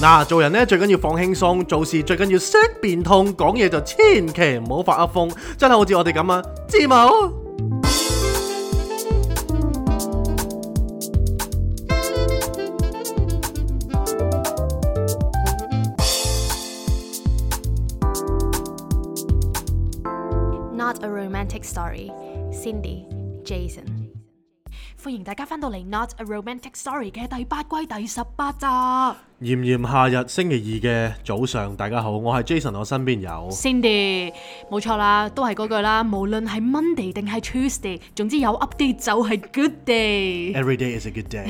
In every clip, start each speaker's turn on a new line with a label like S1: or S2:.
S1: 嗱，做人呢，最緊要放輕鬆，做事最緊要識變通，講嘢就千祈唔好發噏風，真係好似我哋咁啊，知冇？
S2: Not a romantic story. Cindy, Jason。
S3: 歡迎大家翻到嚟《Not a Romantic Story》嘅第八季第十八集。
S1: 炎炎夏日星期二嘅早上，大家好，我係 Jason，我身邊 有
S3: Cindy，冇錯啦，都係嗰句啦，無論係 Monday 定係 Tuesday，總之有 update 就係 good day。
S1: Every day is a good day。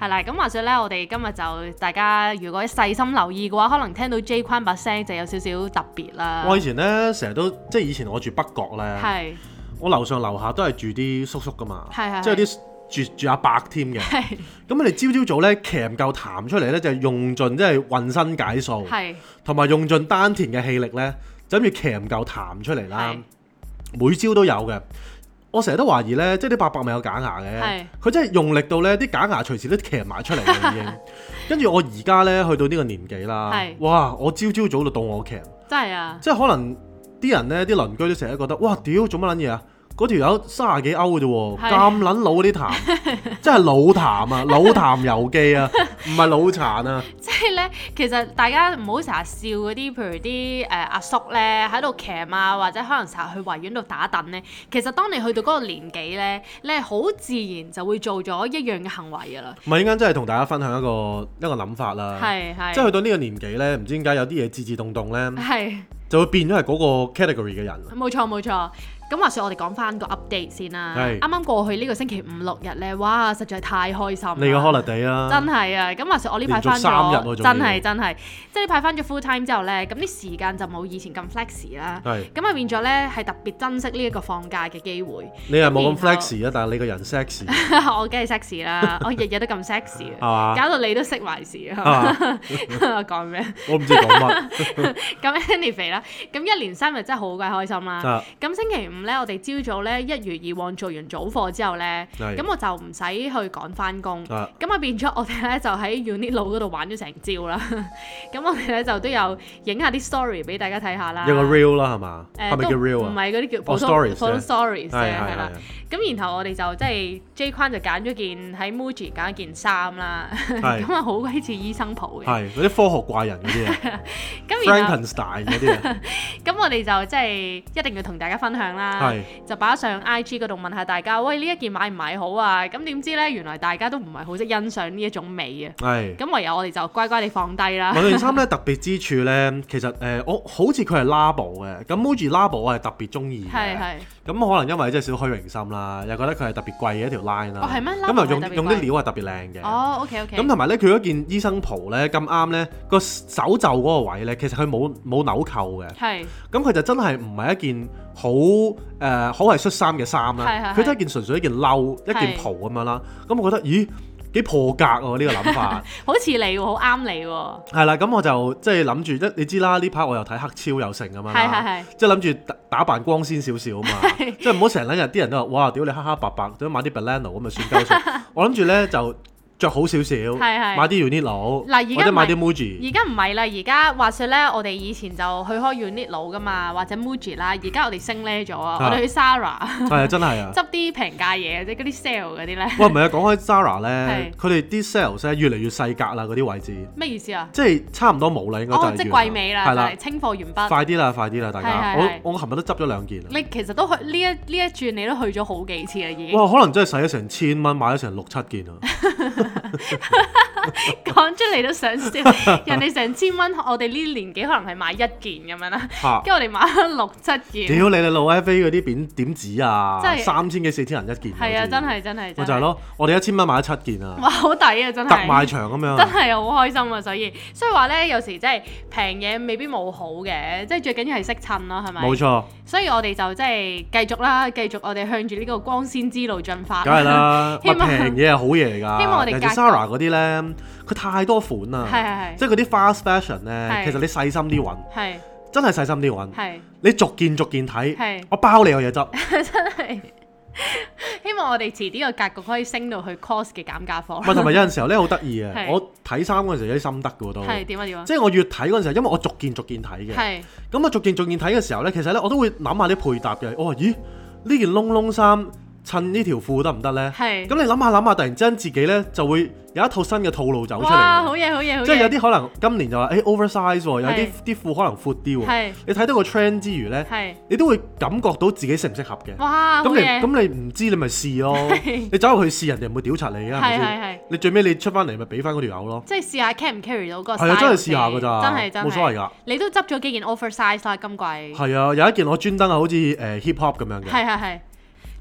S3: 係啦，咁話說咧，我哋今日就大家如果細心留意嘅話，可能聽到 J 坤把聲就有少少特別啦。
S1: 我以前 呢，成日都即係以前我住北角呢，
S3: 係
S1: 我樓上樓下都係住啲叔叔噶嘛，
S3: 係係
S1: 即係有啲住住阿伯添嘅。
S3: 係
S1: 咁你朝朝早呢，騎唔夠痰出嚟呢，就係用盡即係渾身解數，
S3: 係
S1: 同埋用盡丹田嘅氣力呢，就諗住騎唔夠痰出嚟啦
S3: 係。
S1: 每朝都有嘅。我成日都懷疑呢，即係啲伯伯咪有假牙嘅
S3: 係，
S1: 佢真係用力到呢啲假牙隨時都騎埋出嚟嘅已 經。跟住我而家呢，去到呢個年紀啦
S3: 係，
S1: 哇！我朝朝早就到我騎，
S3: 真係啊，
S1: 即係可能啲人呢，啲鄰居都成日覺得，哇！屌做乜撚嘢啊？嗰條友三十幾歐嘅啫喎，
S3: 係
S1: 咁撚老嗰啲痰， 真係老痰啊，老痰遊記啊，唔係老殘啊，
S3: 即係咧，其實大家唔好成日笑嗰啲，譬如啲誒、呃阿叔咧喺度騎啊，或者可能成日去維園度打躉咧。其實當你去到嗰個年紀咧，你係好自然就會做咗一樣嘅行為噶啦。
S1: 唔係應該真係同大家分享一個一個諗法啦。
S3: 係係
S1: 即係去到呢個年紀呢，唔知點解有啲嘢自自動動呢。
S3: 係
S1: 就會變咗係嗰個 category 嘅人。
S3: 冇錯冇錯。咁話說，我哋講翻個 update 先啦。
S1: 係
S3: 啱啱過去呢個星期五六日咧，哇，實在太開心啦！
S1: 你個 holiday 啊，
S3: 真係啊！咁話說我呢排
S1: 連續
S3: 翻
S1: 三日喎
S3: 咗，
S1: 仲要
S3: 真係真係，即係呢排翻咗 full time 之後咧，咁啲時間就冇以前咁 flex 啦。
S1: 係
S3: 咁啊變咗咧係特別珍惜呢一個放假嘅機會。
S1: 你係冇咁
S3: 然後
S1: flex 啊，但係你個人 sexy
S3: 我梗係 sexy 啦，我日日都咁 sexy
S1: 係嘛？
S3: 啊，搞到你都識埋事 啊！
S1: 啊
S3: 我講咩？
S1: 我唔知講乜
S3: 咁 anyway 啦，咁一連三日真係好鬼開心啦。
S1: 啊，
S3: 咁星期五咧，我哋朝早咧一如以往做完早課之後咧，
S1: 係
S3: 咁我就唔使去趕翻工。
S1: 啊
S3: 咁啊變咗我哋咧就喺 Unit 路嗰度玩咗成朝啦， 咁我哋咧就都有影下啲 story 俾大家睇下啦。
S1: 有個 real 啦係嘛？
S3: 誒
S1: 係咪
S3: 都
S1: 叫 real
S3: 唔
S1: 啊？
S3: 係嗰啲叫普
S1: 哦
S3: 通
S1: stories
S3: 普通
S1: 啫
S3: stories 啫，
S1: 係係
S3: 係啦
S1: 係。
S3: 咁然後我哋就即係 J 框就揀咗件喺 Muji 揀一件衫啦，
S1: 係
S3: 咁啊好鬼似醫生袍嘅。
S1: 係嗰啲科學怪人嗰 啲啊
S3: 咁然後
S1: ，Frankenstein 嗰 啲啊，
S3: 咁我哋就即係一定要同大家分享啦
S1: 係，
S3: 就擺上 IG 嗰度問下大家，喂呢一件買唔買好啊？咁點知呢，原來大家都唔係好識欣賞呢一種美啊。
S1: 係。
S3: 咁唯有我哋就乖乖地放低啦。
S1: 我件衫咧特別之處咧，其實誒、我好似佢係 labo 嘅，咁 Muji labo 我係特別中意
S3: 係
S1: 嘅。咁
S3: 係
S1: 可能因為即係少虛榮心啦，又覺得佢係特別貴嘅一條 line 啦。
S3: 哦係咩
S1: 咁又
S3: Labo 係特
S1: 用
S3: 別
S1: 用啲
S3: 貴
S1: 料係特別靚嘅。
S3: 哦，OK OK。
S1: 咁同埋咧，佢嗰件醫生袍咧咁啱咧，個手袖嗰個位咧，其實佢冇冇紐扣嘅，
S3: 係
S1: 咁佢就真係唔係一件好誒、呃好係恤衫嘅衫
S3: 係
S1: 啦，
S3: 係
S1: 佢都係一件純粹一件褸一件袍咁樣啦。咁我覺得咦幾破格喎、呢、個諗 法
S3: 好似你喎，好啱你喎。
S1: 係啦。咁我就即係諗住一你知啦，呢排我又睇黑超又成咁樣
S3: 係係
S1: 啦
S3: 係，
S1: 即係諗住打打扮光鮮少少啊嘛，
S3: 係
S1: 即係唔好成撚日啲人都話哇屌你黑黑白白，點買啲 Baleno 咁咪算鳩數。 我諗住咧就着好少少，
S3: 係
S1: 買啲 Uniqlo，
S3: 嗱而家
S1: 或者買
S3: 唔係
S1: 啲 Muji。
S3: 而家唔係啦，而家話說咧，我哋以前就去開 Unit 佬噶嘛，或者 Muji 啦，而家我哋升呢咗啊，我哋去 Zara
S1: 係啊，真係啊！
S3: 執啲平價嘢，即係嗰啲 sale 嗰啲咧，
S1: 哇，唔係啊，講開 Zara 咧，
S3: 係
S1: 佢哋啲 sales 咧越嚟越細格啦，嗰啲位置，
S3: 咩意思啊？
S1: 即係差唔多冇啦，應該就
S3: 哦
S1: 係，
S3: 即係
S1: 完
S3: 季尾啦，
S1: 係
S3: 就
S1: 啦
S3: 係，清貨完畢。
S1: 快啲啦，快啲啦，大家，
S3: 係係
S1: 我我琴日都執咗兩件啊！
S3: 你其實都去呢一呢一轉，你都去咗好幾次啦，已經。
S1: 哇，可能真係使咗成千蚊，買咗成六七件啊！
S3: 講出嚟都 想笑，人哋成千蚊，我哋呢年紀可能係買一件咁樣啦，
S1: 嚇
S3: 跟，住我哋買咗六七件，
S1: 啊屌你哋老 F A 嗰啲點點子啊
S3: 真，係
S1: 三千幾四千人一件，
S3: 係啊，
S1: 好似
S3: 真係真係
S1: 咪
S3: 真
S1: 就係
S3: 係，
S1: 咯，我哋一千蚊買咗七件啊，
S3: 哇，好抵啊，真
S1: 特
S3: 係。
S1: 賣場咁樣
S3: 真
S1: 啊，
S3: 係好開心啊！所以所以話咧，有時真係平嘢未必冇好嘅，即係最緊要係識襯啦，係咪？
S1: 冇。 錯，
S3: 所以我哋就即係繼續啦，繼續我哋向住呢個光鮮之路進發。
S1: 梗係。啦，
S3: 希
S1: 咪
S3: 望
S1: 平嘢係好嘢嚟㗎，
S3: 希望我哋
S1: 尤其
S3: 格
S1: Zara 嗰啲咧，佢太多款啦，
S3: 係係係
S1: 即係嗰啲 fast fashion 咧，
S3: 係
S1: 其實你細心啲揾。
S3: 係
S1: 真係細心啲揾，
S3: 係
S1: 你逐件逐件睇
S3: 係，
S1: 我包你有嘢執。
S3: 真係希望我哋遲啲個格局可以升到去 cost 嘅減價貨
S1: 唔。係同埋有陣時候咧好得意嘅，
S3: 係
S1: 我睇衫嗰陣時有啲心得嘅喎都，
S3: 係點啊點啊？
S1: 即係我越睇嗰陣時候，因為我逐件逐件睇嘅。
S3: 係
S1: 咁啊，逐件逐件睇嘅時候呢，其實呢，我都會諗下啲配搭嘅。我話咦，呢件窿窿衫襯呢條褲得唔得呢？
S3: 係
S1: 咁你諗下諗下，突然之間自己呢就會有一套新嘅套路走出
S3: 哇！
S1: 嚟。啊
S3: 好嘢好嘢好嘢！
S1: 即係有啲可能今年就話誒 oversize 喎，有啲
S3: 係
S1: 啲褲可能闊啲喎
S3: 係。
S1: 你睇到個 trend 之餘呢，
S3: 係
S1: 你都會感覺到自己適唔適合嘅。
S3: 哇！好
S1: 咁你
S3: 嘢
S1: 咁你唔知你咪試咯。你走入去試，人哋唔會屌柒你㗎，啊係咪
S3: 係係係
S1: 先？你最尾你出翻嚟咪俾翻嗰條友咯。
S3: 即係試下 carry 唔 carry 到個
S1: 係啊
S3: style
S1: 真係試下㗎
S3: 嘅
S1: 咋
S3: 真係真係
S1: 冇所謂㗎。
S3: 你都執咗幾件 oversize 啦，今季係
S1: 係啊，有一件我專登係好似誒 hip hop 咁樣嘅。
S3: 係係。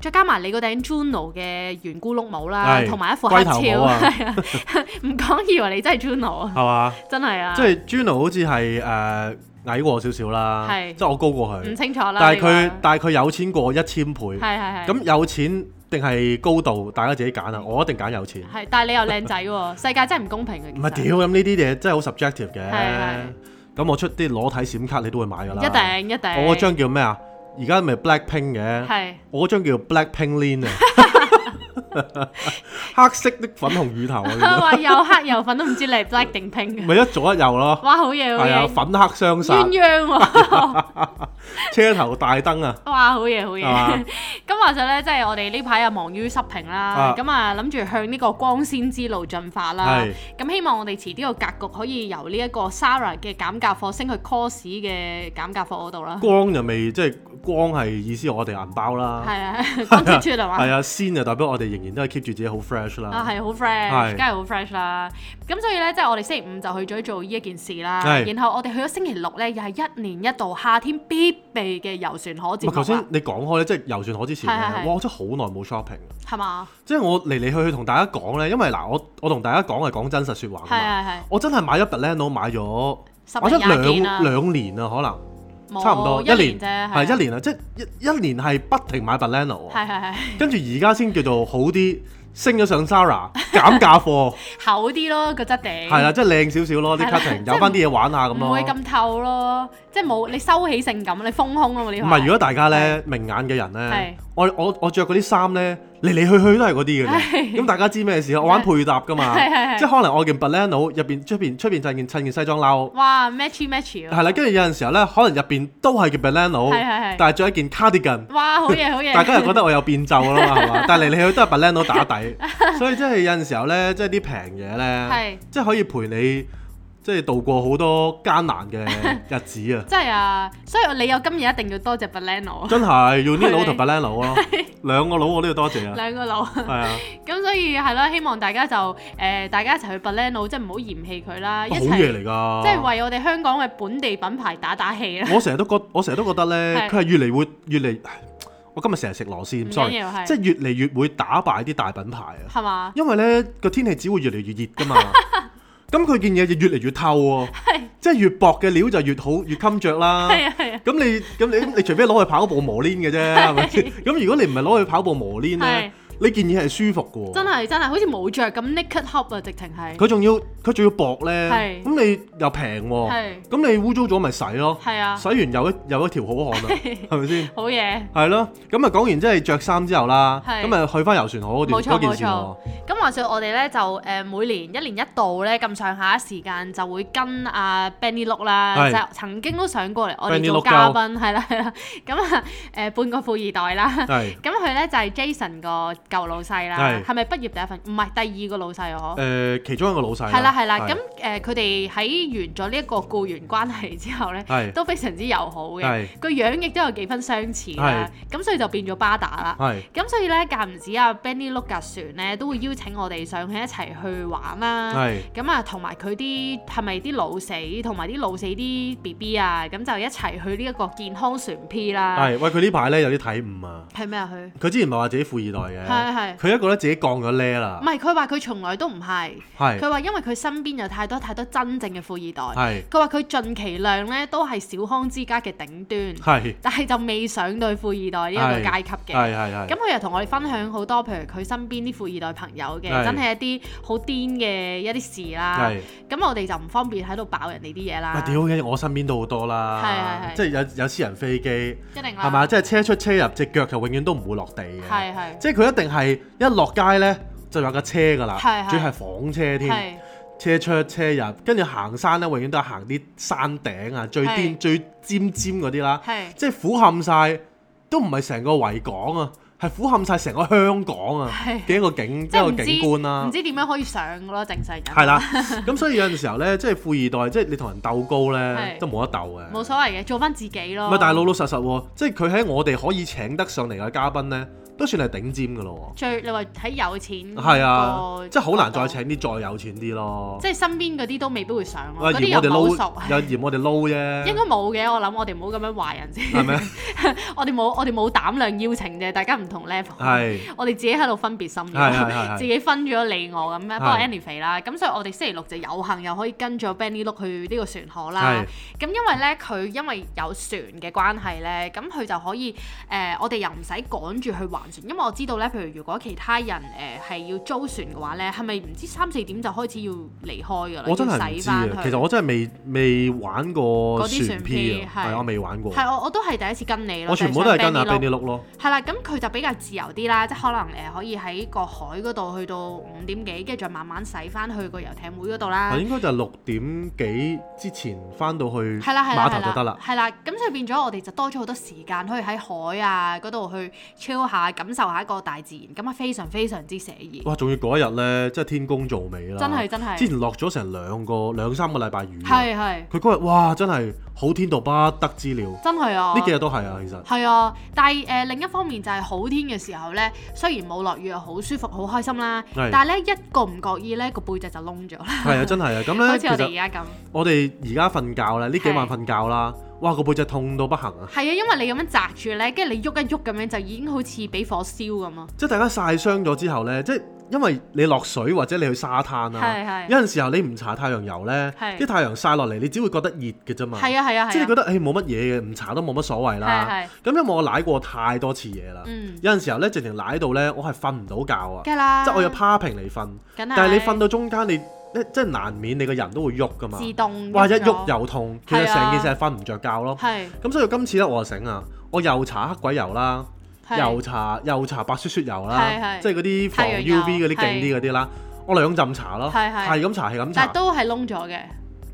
S3: 再加埋你嗰頂 Juno 嘅圓咕碌帽啦，
S1: 係
S3: 同埋一副
S1: 龜
S3: 黑
S1: 頭
S3: 超，
S1: 帽 啊
S3: 係啊，唔講以為你真係 Juno 啊，
S1: 係嘛？
S3: 真係啊，
S1: 即係 Juno 好似係誒矮過我少少啦，
S3: 係
S1: 即係我高過佢，
S3: 唔清楚啦。
S1: 但係
S3: 呢
S1: 佢
S3: 個
S1: 但係佢有錢過我一千倍，
S3: 係係係
S1: 咁有錢定係高度，大家自己揀
S3: 嗯
S1: 啊！我一定揀有錢。
S3: 係，但係你又靚仔喎， 世界真係唔公平嘅。其
S1: 唔係
S3: 實
S1: 屌咁呢啲嘢真係好 subjective
S3: 係係
S1: 嘅。咁我出啲裸體閃卡你都會買㗎啦，
S3: 一定一定。
S1: 我嗰張叫咩啊？而家咪 Blackpink 嘅，
S3: 係
S1: 我嗰張叫 Blackpink Lean 啊，黑色的粉紅乳頭啊，
S3: 話又黑又粉都唔知你係 black 定 pink 嘅。
S1: 咪一左一右咯，
S3: 哇，好嘢好
S1: 係啊，
S3: 嘢，
S1: 粉黑雙殺
S3: 鴛，鴦喎。
S1: 車頭大燈啊！
S3: 哇，好嘢好嘢
S1: 係嘛！
S3: 咁話就咧，即係我哋呢排又忙於 shopping
S1: 啊
S3: 啦，咁啊諗住向呢個光鮮之路進發啦
S1: 係。
S3: 咁希望我哋遲啲個格局可以由呢一個 Zara 嘅減價貨升去 Cos 嘅減價貨嗰度啦。
S1: 光就未即係光係意思我哋銀包啦，
S3: 係啊， 光脱脱係嘛？
S1: 係啊，鮮就代表我哋仍然都係 keep 住自己好 fresh
S3: 啊，
S1: 啦，
S3: 係好
S1: 係
S3: fresh，梗係好 fresh 啦。咁所以咧，即係我哋星期五就去咗做呢一件事啦。
S1: 係
S3: 然後我哋去咗星期六咧，又係一年一度夏天必備嘅遊船河
S1: 啊唔係頭
S3: 節目啊
S1: 先
S3: 啦，
S1: 你講開咧，即係遊船河之前
S3: 係係
S1: 咧，
S3: 係
S1: 哇！我真係好耐冇 shopping，啊
S3: 係啊嘛？
S1: 即係我嚟嚟去去同大家講咧，因為嗱，我我同大家講係講真實説話
S3: 係啊
S1: 㗎嘛，
S3: 係係，
S1: 我真係買咗 Baleno 買咗
S3: 十
S1: 買
S3: 零廿件
S1: 咗
S3: 啦
S1: 兩，兩年啊，可能
S3: 冇
S1: 差唔多
S3: 一年啫，啊
S1: 係一年啊，即係一一年係不停買 Baleno 啊，
S3: 係係係
S1: 跟住而家先叫做好啲，升咗上 Zara 減價貨，
S3: 厚啲咯個質地，
S1: 係啦，即係靚少少咯啲
S3: 係啦
S1: cutting，
S3: 即係
S1: 有翻啲嘢玩下咁
S3: 唔
S1: 咯
S3: 會。咁透咯，即係冇你收起性感，你豐胸啊嘛呢
S1: 唔
S3: 個。
S1: 係，如果大家咧明眼嘅人咧
S3: 係，
S1: 我我我著嗰啲衫咧嚟嚟去去都係嗰啲嘅啫。
S3: 係
S1: 咁大家知咩事啊？我玩配搭噶嘛
S3: 係係，係
S1: 即係可能我件 Baleno 入邊出邊出邊襯件襯件西裝褸，
S3: 哇 match match
S1: 係
S3: 啊！
S1: 啦，跟住有陣時候咧，可能入邊都係件 Baleno，
S3: 係係係
S1: 但係着一件 cardigan，
S3: 哇好嘢好嘢，
S1: 大家又覺得我有變奏啦嘛，係 嘛？但係嚟嚟去去都係 Baleno 打底，所以即係有陣時候咧，即係啲平嘢咧
S3: 係，
S1: 即係可以陪你即係度過好多艱難嘅日子啊！
S3: 真係啊！所以你有今日一定要多謝 Baleno
S1: 真係用呢佬同 Baleno 咯，啊兩個佬我都要多謝啊！
S3: 兩個佬。
S1: 係啊，
S3: 咁所以係咯，希望大家就誒、呃大家一齊去 Baleno，即係唔好嫌棄佢啦，一
S1: 好嘢
S3: 齊
S1: 嚟㗎！
S3: 即係為我哋香港嘅本地品牌打打氣啦。
S1: 我成日都覺，我成日都覺得咧，
S3: 係
S1: 佢係越嚟會越嚟，唉我今日成日食螺絲
S3: 唔
S1: ，sorry，
S3: 緊要係
S1: 即係越嚟越會打敗啲大品牌啊！
S3: 係嘛？
S1: 因為咧個天氣只會越嚟越熱 㗎嘛，咁佢件嘢就越嚟越透喎，即係越薄嘅料就越好，越襟着啦。
S3: 係啊係啊
S1: 咁你咁你咁你除非攞去跑步磨黏嘅啫，係咪先？咁如果你唔係攞去跑步磨黏咧
S3: 係，
S1: 你件嘢係舒服㗎喎。
S3: 真係真係好似冇着咁 naked hop 啊，直情係。
S1: 佢仲要佢仲要薄咧，
S3: 係
S1: 咁你又平喎，
S3: 係
S1: 咁你污糟咗咪洗咯，
S3: 係啊
S1: 洗完有一有一條好漢啊， 係咪先？
S3: 好嘢。
S1: 係咯，咁啊講完即係着衫之後啦，
S3: 係
S1: 咁啊去翻遊船河嗰
S3: 冇
S1: 段
S3: 錯
S1: 嗰件
S3: 冇
S1: 事
S3: 錯
S1: 喎，，
S3: 咁話說我哋咧就誒、呃每年一年一度咧咁上下時間就會跟阿、Benny Look 啦，
S1: 係
S3: 就曾經都上過嚟我
S1: Benny
S3: 哋
S1: Lok
S3: 做
S1: 就
S3: 嘉賓，係啦係啦，咁啊誒半個富二代啦。
S1: 係
S3: 咁佢咧就係 Jason 個舊老細啦
S1: 係，
S3: 係咪畢業第一份？唔係第二個老細啊？嗬。
S1: 誒其中一個老細，
S3: 係啦係啦，咁誒佢哋喺完咗呢一個僱員關係之後咧
S1: 係，
S3: 都非常之友好嘅
S1: 係，
S3: 個樣亦都有幾分相似啦，咁所以就變咗巴打啦。
S1: 係
S3: 咁所以咧，間唔止啊 Benny Look 架船咧，都會邀請我哋上去一齊去玩啦。
S1: 係
S3: 咁啊，同埋佢啲係咪啲老死，同埋啲老死啲 B B 啊，咁就一齊去呢一個健康船 P 啦。
S1: 係，喂佢呢排咧有啲體悟啊，
S3: 係咩啊？佢
S1: 佢之前咪話自己富二代嘅，
S3: 係係
S1: 佢一覺得自己降咗 level 啦
S3: 唔，係佢話佢從來都唔係，佢
S1: 啊係
S3: 話因為佢身邊有太多太多真正嘅富二代，
S1: 係
S3: 佢話佢盡其量咧都係小康之家嘅頂端，
S1: 係
S3: 但係就未上到去富二代呢一個階級嘅。
S1: 係係
S3: 咁
S1: 係
S3: 佢又同我哋分享好多，譬如佢身邊啲富二代朋友嘅，
S1: 係
S3: 真係一啲好癲嘅一啲事啦。
S1: 係。
S3: 咁我哋就唔方便喺度爆人哋啲嘢啦
S1: 喂，。屌嘅，我身邊都好多啦
S3: 啊係係，係
S1: 即係有有私人飛機，
S3: 一定啦，
S1: 係嘛？即係車出車入，只腳就永遠都唔會落地嘅。
S3: 啊係係
S1: 即係佢一定係一落街呢，就有架車㗎啦
S3: 係，係
S1: 主要係房車添，
S3: 係
S1: 車出車入，跟住行山呢，永遠都係行啲山頂啊，最
S3: 係
S1: 癲最尖尖嗰啲啦，
S3: 係
S1: 即係俯瞰晒，都唔係成個維港啊，係俯瞰晒成個香港啊
S3: 係
S1: 嘅一個景一
S3: 即係
S1: 個
S3: 唔知
S1: 景觀啦。
S3: 唔知點樣可以上嘅咯，正世人
S1: 係啦，咁所以有陣時候咧，即係富二代，即係你同人鬥高咧，
S3: 係
S1: 都冇得鬥嘅。
S3: 冇所謂嘅，做翻自己咯。
S1: 唔係，但係老老實實喎，即係佢喺我哋可以請得上嚟嘅嘉賓咧，都算係頂尖嘅咯
S3: 最你話喺有錢
S1: 喎。係啊
S3: 個，
S1: 即係好難
S3: 角
S1: 再
S3: 度
S1: 請啲再有錢啲咯。
S3: 即係身邊嗰啲都未必會上
S1: 話
S3: 咯，嗰啲
S1: 嫌
S3: 又
S1: 我哋
S3: 唔係好
S1: 撈，
S3: 熟。
S1: 又嫌我哋撈啫，
S3: 應該冇嘅，我諗我哋唔好咁樣話人先。
S1: 係咪？
S3: 我哋冇我哋冇膽量邀請啫，大家唔同 level。
S1: 係
S3: 我哋自己喺度分別心
S1: 係係係係
S3: 嘅， 自己分咗你我咁樣。不過
S1: 係
S3: anyway 啦，咁所以我哋星期六就有幸又可以跟咗 Benny 碌去呢個船河啦。咁因為咧，佢因為有船嘅關係咧，咁佢就可以誒、呃我哋又唔使趕住去還船，因為我知道咧，譬如如果其他人誒呃係、要租船嘅話咧，係咪唔知三四點就開始要離開㗎啦？
S1: 我真
S3: 要
S1: 係唔
S3: 洗
S1: 知
S3: 返
S1: 啊。
S3: 去
S1: 其實我真係未未玩過
S3: 嗰啲
S1: 船
S3: 船
S1: P 啊，
S3: P，係
S1: 係我未玩過，
S3: 係我我都係第一次跟你咯，
S1: 我全部都係跟阿
S3: 就上
S1: Benny 碌咯。
S3: 係啦，咁佢就比較自由啲啦，即係可能誒、呃可以喺個海嗰度去到五點幾，跟住再慢慢駛翻去個遊艇會嗰度啦
S1: 係。應該就係六點幾之前翻到去
S3: 係啦，係
S1: 碼
S3: 啦，
S1: 頭就
S3: 係
S1: 得啦
S3: 啦，。係啦，咁所以變咗我哋就多咗好多時間可以喺海啊嗰度去 chill 下，感受下一個大自然，咁啊非常非常之寫意，
S1: 哇！仲要嗰一日咧，真係天公造美啦！
S3: 真係真
S1: 之
S3: 係，
S1: 前落咗成兩個兩三個禮拜雨。啊
S3: 係係
S1: 佢嗰日哇，真係好天到不得之了。呢
S3: 真係啊！
S1: 幾日都係啊，其 實
S3: 係啊，但係誒、呃另一方面就係好天嘅時候呢，雖然冇落雨又好舒服好開心啦，
S1: 係
S3: 但係呢，一個唔覺意呢，個背脊就窿咗啦，
S1: 係啊，真係啊。咁
S3: 好
S1: 咧，其
S3: 似我哋
S1: 實
S3: 而家咁。
S1: 我哋而家瞓覺啦，呢幾晚
S3: 係
S1: 瞓覺啦，哇個背脊痛到不行啊！
S3: 係啊，因為你咁樣擲住咧，跟住你喐一喐咁樣，就已經好似俾火燒咁啊！
S1: 即係大家曬傷咗之後咧，即係因為你落水或者你去沙灘
S3: 係
S1: 啊，
S3: 係
S1: 有陣時候你唔搽太陽油咧，
S3: 係
S1: 啲太陽曬落嚟，你只會覺得熱嘅啫嘛。
S3: 係啊係啊係啊！
S1: 即係你覺得誒冇乜嘢嘅，唔搽都冇乜所謂啦。咁因為我舐過太多次嘢啦，
S3: 嗯
S1: 有陣時候咧直情舐到咧，我係瞓唔到覺啊，
S3: 梗係啦，
S1: 即係我要趴平嚟瞓。
S3: 梗係，
S1: 但係你瞓到中間，你即即係難免你個人都會喐噶嘛。
S3: 自動
S1: 哇！一
S3: 咗
S1: 喐又痛，其實
S3: 係啊
S1: 成件事係瞓唔着覺咯。
S3: 係
S1: 咁所以今次咧我就醒啊，我又搽黑鬼油啦，
S3: 係
S1: 又搽又搽白雪雪油
S3: 係
S1: 啦，
S3: 係
S1: 即係嗰啲防
S3: 太陽油
S1: UV 嗰啲勁啲嗰啲啦。我兩浸搽咯，
S3: 係係
S1: 係咁搽係咁
S3: 但係
S1: 搽，
S3: 都係窿咗嘅，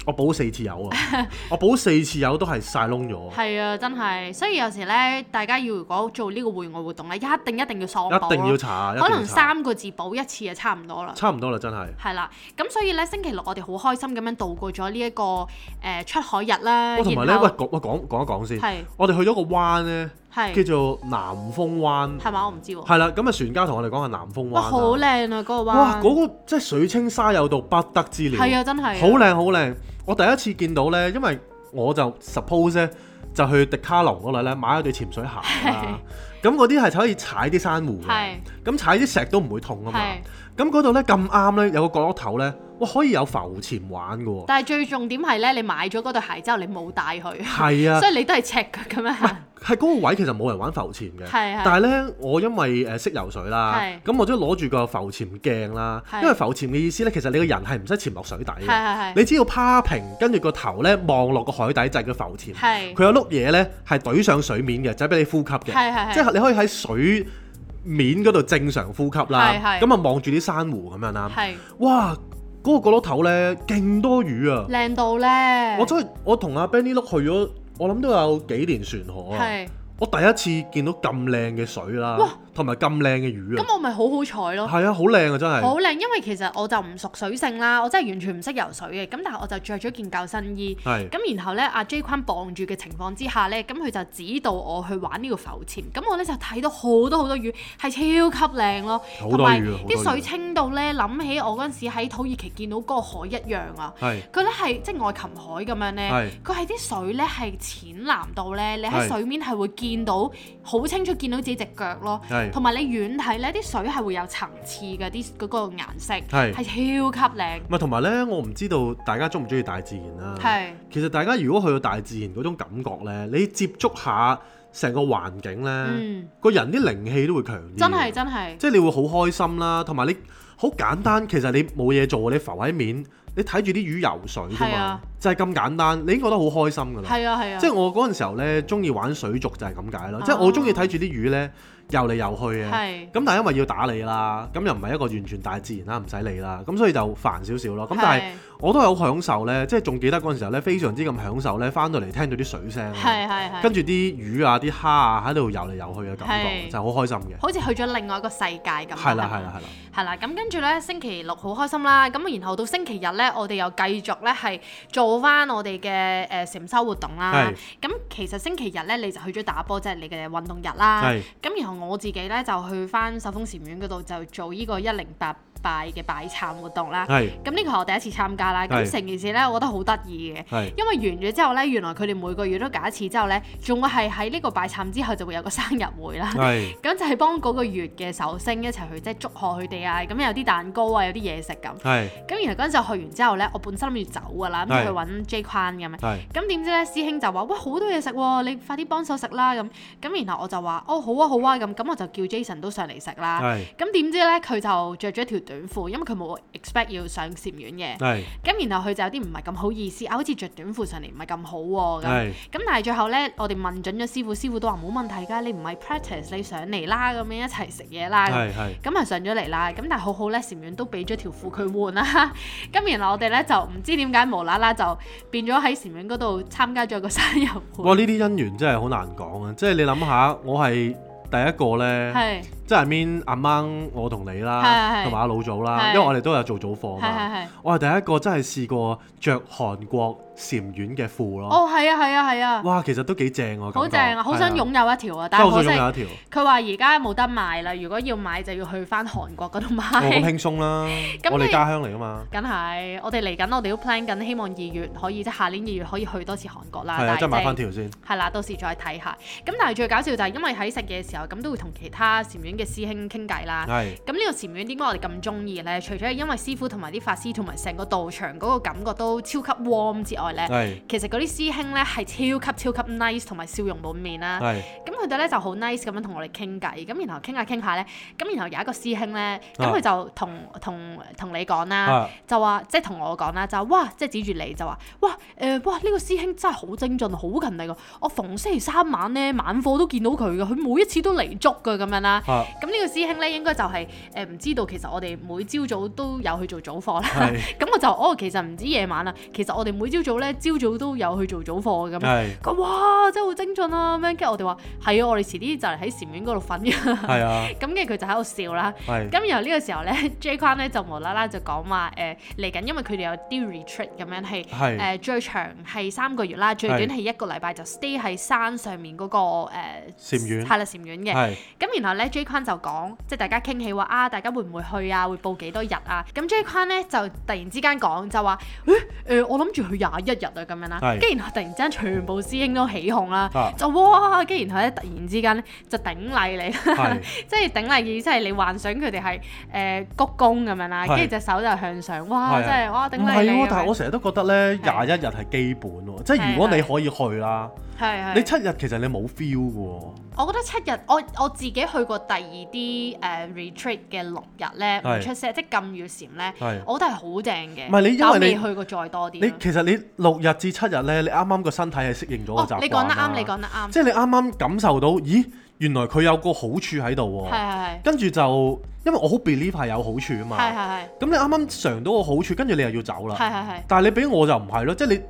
S1: 我補四次油 啊！我補四次油都係晒窿咗，
S3: 係啊，真係。所以有時咧，大家要如果做呢個戶外活動咧，一定一定要喪補
S1: 一定要
S3: 咯，
S1: 搽，一
S3: 啊可
S1: 定要
S3: 能
S1: 搽，
S3: 三個字補一次就差唔多啦。
S1: 差唔多啦，真係。
S3: 係啦，咁所以咧星期六我哋好開心咁樣度過咗呢一個誒、呃出海日啦，
S1: 我同埋咧，
S3: 然
S1: 喂
S3: 後
S1: 講喂講講一講先，
S3: 係
S1: 我哋去咗個灣咧，叫
S3: 係
S1: 做南風灣，
S3: 係嘛？我唔知喎。
S1: 係啦，咁啊船家同我哋講下南風灣
S3: 哇，
S1: 啦
S3: 好靚啊！嗰個灣，
S1: 哇！嗰、個真係水清沙幼到不得之了，
S3: 係啊，真係
S1: 好靚好靚。我第一次見到呢，因為我就 suppose 咧就去迪卡龍嗰度咧買咗對潛水鞋啦。咁嗰啲係可以踩啲珊瑚嘅
S3: 係，
S1: 咁踩啲石都唔會痛啊嘛。
S3: 係，
S1: 咁嗰度呢，咁啱呢，有個角落頭呢，哇可以有浮潛玩嘅喎。
S3: 但係最重點係咧，你買咗嗰對鞋之後，你冇帶佢，
S1: 係啊
S3: 所，以你都係赤腳咁樣行。
S1: 係嗰個位其實冇人玩浮潛嘅，
S3: 係係
S1: 但係呢，我因為呃誒識游水啦，
S3: 係
S1: 咁我都攞住個浮潛鏡啦。
S3: 係
S1: 因為浮潛嘅意思呢，其實你個人係唔使潛落水底
S3: 係
S1: 嘅。
S3: 係係
S1: 你只要趴平，跟住個頭咧望落個海底就係個浮潛。
S3: 係
S1: 佢有碌嘢咧係懟上水面嘅，就係俾你呼吸嘅，
S3: 係係
S1: 即係你可以喺水面嗰度正常呼吸
S3: 係
S1: 啦。
S3: 係
S1: 咁啊望住啲珊瑚咁樣啦。
S3: 係
S1: 哇！嗰、個角落頭咧勁多魚啊！
S3: 靚到咧，
S1: 我真係我同阿 Benny 碌去咗，我諗都有幾年船河啊！
S3: 係
S1: 我第一次見到咁靚嘅水啦
S3: 哇，
S1: 同埋咁靚嘅魚啊！
S3: 咁，我咪好好彩咯。
S1: 係啊，好靚啊，真係
S3: 好靚，因為其實我就唔熟水性啦，我真係完全唔識游水嘅。咁但係我就着咗件救生衣，
S1: 係
S3: 咁然後咧阿 J 坤傍住嘅情況之下咧，咁佢就指導我去玩呢個浮潛。咁我咧就睇到好多好多魚，係超級靚咯，
S1: 好多
S3: 同埋
S1: 魚啊好多魚
S3: 啲水清到咧，諗起我嗰陣時喺土耳其見到嗰個海一樣啊！
S1: 係
S3: 佢咧係即係愛琴海咁樣咧
S1: 係，
S3: 佢係啲水咧係淺藍到咧，你
S1: 係
S3: 喺水面係會見見到好清楚見到自己隻腳咯
S1: 係，
S3: 同埋你遠睇呢啲水係會有層次嘅，啲嗰個顏色
S1: 係
S3: 係超級靚，
S1: 咪同埋呢，我唔知道大家中唔中意大自然啦、
S3: 係
S1: 其實大家如果去到大自然嗰種感覺呢，你接觸下成個環境呢，
S3: 嗯
S1: 個人啲靈氣都會強啲。
S3: 真係真係，
S1: 即係你會好開心啦，同埋你好簡單，其實你冇嘢做，你浮喺面，你睇住啲魚游水啫
S3: 係
S1: 嘛，
S3: 啊
S1: 就係咁簡單，你已經覺得好開心㗎啦。
S3: 係啊係哦啊，
S1: 即係我嗰陣時候呢，中意玩水族就係咁解咯，即係我中意睇住啲魚呢，游嚟游去啊嘅。
S3: 係
S1: 咁但係因為要打理啦，咁又唔係一個完全大自然啦，唔使理啦，咁所以就煩少少咯。咁但係
S3: 係
S1: 我都係好享受呢，即係仲記得嗰陣時候呢，非常之咁享受呢，翻到嚟聽到啲水聲啊，
S3: 係係係
S1: 跟住啲魚啊、啲蝦啊喺度游嚟游去嘅感覺，
S3: 係
S1: 就係好開心嘅。
S3: 好似去咗另外一個世界咁。
S1: 係啦，係
S3: 係咪
S1: 啦，係啦。
S3: 係啦，咁跟住咧，星期六好開心啦，咁然後到星期日咧，我哋又繼續咧係做翻我哋嘅誒禪修活動啦
S1: 係。
S3: 咁其實星期日咧，你就去咗打波，即係你嘅運動日啦
S1: 係。
S3: 咁然後我自己咧就去翻手風禪院嗰度就做呢個一零八拜嘅擺懺活動啦。
S1: 係
S3: 咁呢個係我第一次參加啦，
S1: 係
S3: 咁成件事咧，我覺得好得意嘅。
S1: 係
S3: 因為完咗之後咧，原來佢哋每個月都搞一次之後咧，仲會係喺呢個拜懺之後就會有個生日會啦。
S1: 係
S3: 咁就係幫嗰個月嘅壽星一齊去即係祝賀佢哋啊！咁有啲蛋糕啊，有啲嘢食咁。
S1: 係
S3: 咁然後嗰陣時候去完之後呢，我本身諗住走㗎啦，咁
S1: 係
S3: 去揾 J 框咁樣。啊
S1: 係
S3: 咁點知呢？師兄就話：喂，好多嘢食喎，你快啲幫手食啦咁。咁然後我就話：哦，好啊，好啊咁。咁我就叫 Jason 都上嚟食啦。
S1: 係
S3: 咁點知呢？佢就着咗條短褲，因為佢冇 expect 要上禪院嘅。
S1: 係
S3: 咁然後佢就有啲唔係咁好意思，啊，好似着短褲上嚟唔係咁好喎咁。
S1: 係
S3: 咁但係最後呢，我哋問準咗師傅，師傅都話冇問題㗎，你唔係 practice，你上嚟啦，咁樣一齊食嘢啦。咁
S1: 係係
S3: 咁啊上咗嚟啦，咁但係好好呢，禪院都俾咗條褲佢換啦。 咁然後我哋呢，就唔知點解無啦啦就變咗喺禪院嗰度參加咗個生日會，
S1: 哇！呢啲姻緣真係好難講啊！即係你諗下，我係第一個咧，
S3: 係
S1: 即係 mean 阿掹我同你
S3: 係
S1: 啦，
S3: 係
S1: 同埋阿老祖啦，
S3: 係
S1: 因為我哋都有做早課
S3: 係
S1: 嘛。
S3: 係係。
S1: 我係第一個真係試過着韓國禪院嘅褲咯。
S3: 哦，係啊，係啊，係啊，
S1: 哇，其實都幾正啊！
S3: 好
S1: 感覺
S3: 正啊！好想
S1: 係
S3: 擁有一條
S1: 真
S3: 啊，但
S1: 係好
S3: 係可惜
S1: 想擁有一 條，
S3: 佢話而家冇得賣啦。如果要買就要去翻韓國嗰度買。
S1: 我咁輕鬆啦，
S3: 咁
S1: 我哋
S3: 你
S1: 家鄉嚟噶嘛，
S3: 梗係，我哋嚟緊，我哋都 plan 緊，希望二月可以即係下年二月可以去多次韓國啦。
S1: 係啊，
S3: 但
S1: 真係買翻
S3: 即係
S1: 條先，
S3: 係啦，到時再睇下。咁但係最搞笑就係因為喺食嘢嘅時候，咁都會同其他禪院嘅師兄傾偈啦。
S1: 係
S3: 咁呢個禪院點解我哋咁中意呢？除咗係因為師傅同埋啲法師同埋成個道場嗰個感覺都超級 warm 之外呢，
S1: 係
S3: 其實嗰啲師兄呢係超級超級 nice 同埋笑容滿面啦。
S1: 係
S3: 咁佢哋咧就好 nice 咁樣同我哋傾偈，咁然後傾下傾下咧，咁然後有一個師兄咧，咁佢就同同同你講啦
S1: 啊，
S3: 就話即係同我講啦，就話哇，即係指住你就話哇誒、呃哇呢、個師兄真係好精進，好勤力噶，我逢星期三晚咧晚課都見到佢噶，佢每一次都嚟足噶咁樣啦。
S1: 啊
S3: 咁呢個師兄咧應該就係誒唔知道其實我哋每朝早都有去做早課啦
S1: 係。
S3: 咁我就哦其實唔止夜晚啦，其實我哋每朝早咧朝早都有去做早課咁樣。
S1: 係
S3: 佢哇真係好精進啊咁樣，跟住我哋話係啊，我哋遲啲就嚟喺禪院嗰度瞓嘅。
S1: 係啊
S3: 咁跟住佢就喺度笑啦。
S1: 係
S3: 咁然後呢 個時候咧，J 框咧就無啦啦就講話誒嚟緊，因為佢哋有啲 retreat 咁樣係
S1: 係
S3: 誒、最長係三個月啦，最短係一個禮拜就 stay 喺山上面嗰、個誒
S1: 禪院
S3: 係啦禪院嘅。
S1: 係
S3: 咁然後咧 J 框就講，即係大家傾起話啊，大家會唔會去啊？會報幾多日啊？咁 J 框咧就突然之間講就話，誒、呃我諗住去廿一日啊咁樣啦。
S1: 係
S3: 跟住然後突然之間全部師兄都起哄啦，
S1: 啊
S3: 就哇！跟住然後咧突然之間咧就頂禮你啦
S1: 係，啊
S3: 即係頂禮意思係你幻想佢哋係誒鞠躬咁樣啦，
S1: 係
S3: 跟住隻手就向上， 哇！
S1: 係啊
S3: 真係哇頂
S1: 唔
S3: 禮
S1: 係
S3: 你
S1: 喎
S3: 咁樣，
S1: 但係我成日都覺得咧，廿
S3: 係
S1: 一日係基本喎，即係如果
S3: 係
S1: 你可以去啦，
S3: 係係
S1: 你七日其實你冇 feel 嘅
S3: 我覺得七日，我我自己去過第二啲誒、呃 retreat 嘅六日咧，唔
S1: 係
S3: 出聲，即係禁語禪咧
S1: 係，
S3: 我覺得係好正嘅。
S1: 唔係你因為
S3: 但我未
S1: 你
S3: 去過再多
S1: 喎，
S3: 啲
S1: 你
S3: 咯。
S1: 其實你六日至七日咧，你啱啱個身體係適應咗個習慣
S3: 哦
S1: 啦，
S3: 你講得啱，你講得啱，
S1: 即係你啱啱感受到，咦，原來佢有個好處喺度
S3: 係
S1: 喎，
S3: 係係
S1: 跟住就因為我好 believe 係有好處啊
S3: 係
S1: 嘛，咁
S3: 係
S1: 你啱啱嘗到個好處，跟住你又要走
S3: 係
S1: 啦，
S3: 係係係
S1: 但係你俾我就唔係咯，即係你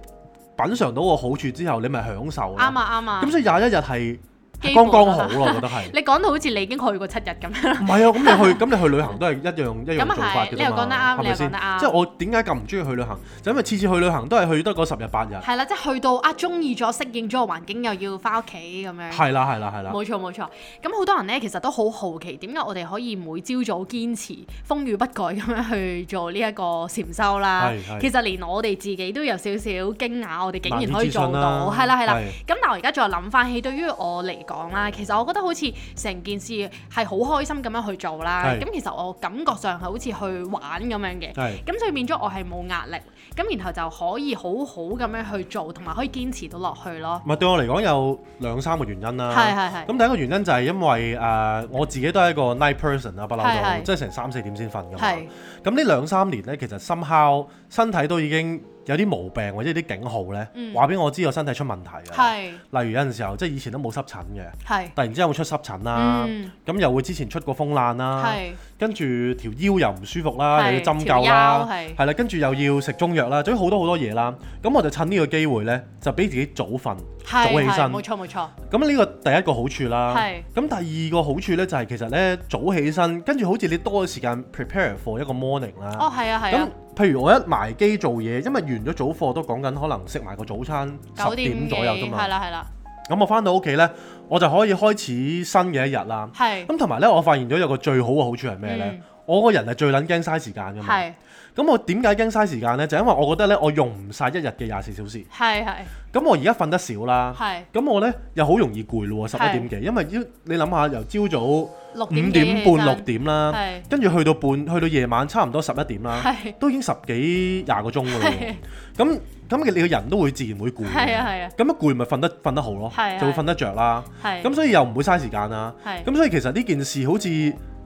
S1: 品嚐到個好處之後，你咪享受啦
S3: 啱，啊啱啊
S1: 咁。所以廿一日係
S3: 基
S1: 剛
S3: 本
S1: 剛
S3: 啊
S1: 好咯，我覺得 係。
S3: 你講到好似你已經去過七日咁樣，
S1: 唔係啊，咁你 去咁你去旅行都係一樣一樣
S3: 咁
S1: 做
S3: 啊
S1: 法
S3: 係
S1: 嘅
S3: 你又
S1: 啫
S3: 講得啱
S1: 嘛，係
S3: 你又
S1: 咪先
S3: 講得啱？
S1: 即係我點解咁唔中意去旅行，就因為次次去旅行都係去得嗰十日八日。
S3: 係啦，即係去到啊中意咗、適應咗個環境，又要翻屋企咁樣。
S1: 係啦，係啦，係啦，
S3: 冇錯冇錯，咁好多人咧其實都好好奇點解我哋可以每朝早堅持風雨不改咁樣去做呢一個禪修啦
S1: 係係。
S3: 其實連我哋自己都有少少驚訝，我哋竟
S1: 難以
S3: 然可以
S1: 置
S3: 做
S1: 信啦啊
S3: 到，係啦係啦
S1: 係。嗯
S3: 咁但係我而家再諗翻起，對於我嚟講啦，其實我覺得好似成件事係好開心咁樣去做啦。
S1: 係
S3: 咁其實我感覺上係好似去玩咁樣嘅。
S1: 係
S3: 咁所以變咗我係冇壓力，咁然後就可以好好咁樣去做，同埋可以堅持到落去咯。
S1: 唔係對我嚟講有兩三個原因啦。
S3: 係係係
S1: 嗯咁第一個原因就係因為誒、呃我自己都係一個 night person 啊啦，不
S3: 係
S1: 嬲
S3: 係
S1: 都，即係成三四點先瞓㗎
S3: 係
S1: 嘛。咁呢兩三年呢，其實 somehow 身體都已經有啲毛病或者啲警號呢，話俾、我知我身體出問題啊。
S3: 嗯係
S1: 例如有陣時候即係以前都冇濕疹嘅，
S3: 係
S1: 突然之間會出濕疹啦，
S3: 嗯
S1: 咁、又會之前出過風癩啦，
S3: 係
S1: 跟住條腰又唔舒服啦，
S3: 係
S1: 又要針
S3: 條
S1: 灸
S3: 腰
S1: 啦，
S3: 係
S1: 係啦，跟住又要食中藥啦，總之好多好多嘢啦。咁我就趁呢個機會呢，就俾自己早瞓，早
S3: 係
S1: 起
S3: 係
S1: 身啊
S3: 冇。錯冇錯，
S1: 咁呢個第一個好處啦
S3: 係。
S1: 咁第二個好處呢，就係其實呢，早起身，跟住好似你多咗時間 prepare for 一個 morning 啦。
S3: 哦係啊係
S1: 咁
S3: 啊，
S1: 譬如我一埋機做嘢，因為完咗早課都講緊可能食埋個早餐
S3: 九
S1: 十
S3: 點
S1: 點
S3: 幾
S1: 左右啫
S3: 係
S1: 嘛。
S3: 啦係啦，
S1: 咁我翻到屋企呢，我就可以開始新嘅一日啦。
S3: 係
S1: 咁同埋呢，我發現咗有個最好嘅好處係咩呢？
S3: 嗯
S1: 我個人係最撚驚嘥時間㗎嘛。
S3: 係
S1: 咁我點解驚嘥時間呢？就因為我覺得呢，我用唔晒一日嘅廿四小時。
S3: 係係
S1: 咁我而家瞓得少啦。
S3: 係
S1: 咁我呢又好容易攰咯喎，十
S3: 係
S1: 一點幾，因為要你諗下由朝早五
S3: 六點幾
S1: 點
S3: 起
S1: 半
S3: 身
S1: 六點啦，
S3: 係
S1: 跟住去到半去到夜晚差唔多十一點啦，
S3: 係
S1: 都已經十幾廿個鐘㗎啦
S3: 係
S1: 喎。咁咁你個人都會自然會攰，
S3: 係啊係啊
S1: 咁一攰咪瞓得瞓得好咯
S3: 係，
S1: 就會
S3: 係
S1: 瞓得着啦。
S3: 係啊
S1: 咁所以又唔會嘥時間啦。
S3: 係
S1: 咁所以其實呢件事好似